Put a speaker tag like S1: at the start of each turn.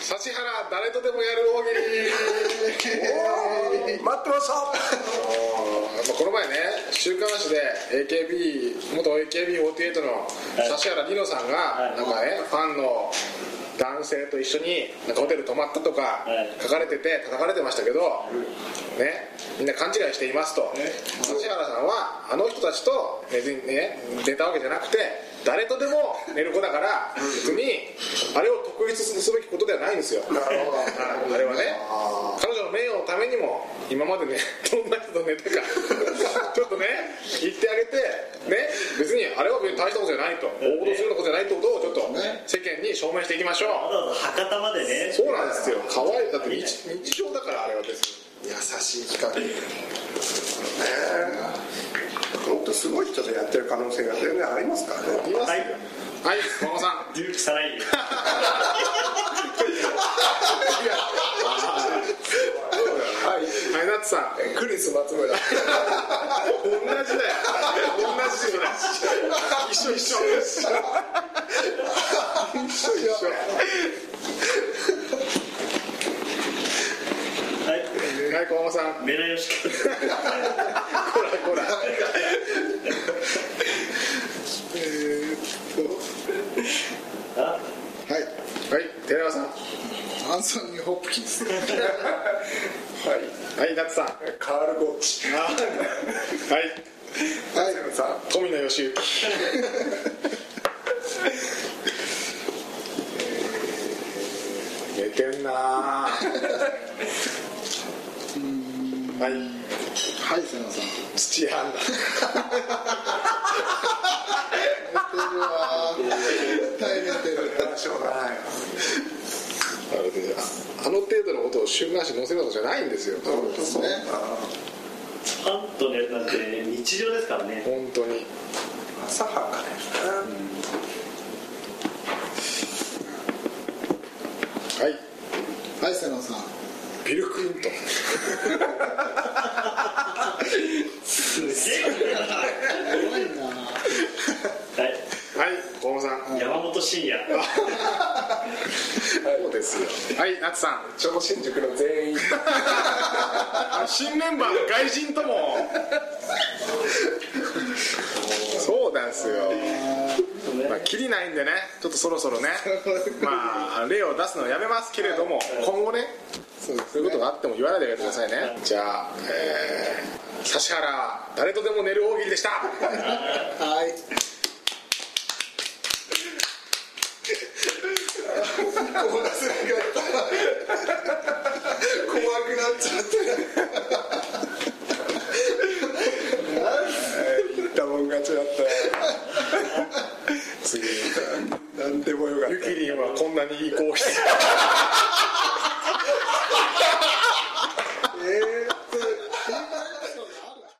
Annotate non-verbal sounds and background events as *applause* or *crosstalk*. S1: 千原誰とでもやる大喜利
S2: 待ってました
S1: まあこの前ね週刊誌で AKB 元 AKB48 の指原莉乃さんが
S3: い
S1: なんかねファンの男性と一緒になんかホテル泊まったとか
S3: い
S1: 書かれてて叩かれてましたけどねみんな勘違いしていますと指原さんはあの人たちと別にね寝たわけじゃなくて誰とでも寝る子だから別にあれを特筆すべきことではないんですよ
S2: なるほど
S1: *laughs* あれはね彼女の名誉のためにも今までね *laughs* どんな人と寝たか *laughs* ちょっとね言ってあげてね別にあれは別に大したことじゃないと大事するようなことじゃないってことをちょっと世間に証明していきまし
S3: わ
S1: ょ
S3: ざわざ博多までね
S1: うそうなんですよ可愛いだって日日常だからあれは別に
S2: 優しい企画ねえもっとすごい人とやってる可能性が全然ありますからね
S1: 言います
S3: はい
S1: はい馬場さん
S3: デュークサライユ
S2: はい
S1: はいナッツさん
S2: クリス松村
S1: 同じだよ同じだよ一緒一緒一緒一緒
S3: は
S1: はい駒場さん
S3: いメラヨシカ
S1: こらこらえーっと
S3: あ
S4: はい
S1: はい、寺山さん。は
S4: アンソニー・ホップキンス
S2: はい
S1: い、夏さん。は
S2: カール・ゴッチ
S1: い、
S4: はい
S2: さん
S1: 富野義行。寝てんなあ。は
S4: は
S1: い、
S4: い瀬野さん
S1: 土屋アンナ。
S4: 耐えれてる
S2: どうしょうがない
S1: あの程度のことを週刊誌に載せることじゃないんですよ。
S4: そうですね
S3: ファンと寝るなんて日常ですからね
S1: 本当に。
S2: 朝はかね
S1: はい、
S4: はい瀬野さん
S1: ビルクリントン。
S3: すげえ
S4: 怖いな
S3: はい
S1: はい、小野さん。
S3: 山本真也
S1: そうですよ。はい、夏さん。
S2: 超新宿の全員
S1: *laughs* あの新メンバーの外人ともそうなんですよ、まあ、キリないんでねちょっとそろそろねまあ例を出すのはやめますけれども今後ね
S4: そうで
S1: そう
S4: す
S1: いう
S4: ね
S1: ことがあっても言わないであげてくださいねじゃあえー、指原誰とでも寝る大喜利でした
S2: *laughs*
S4: はい *laughs*
S2: 怖くなっちゃって言ったもん勝ちだっ
S1: 次
S2: たなんでもよかっ
S1: ゆきりんはこんなにいい子をして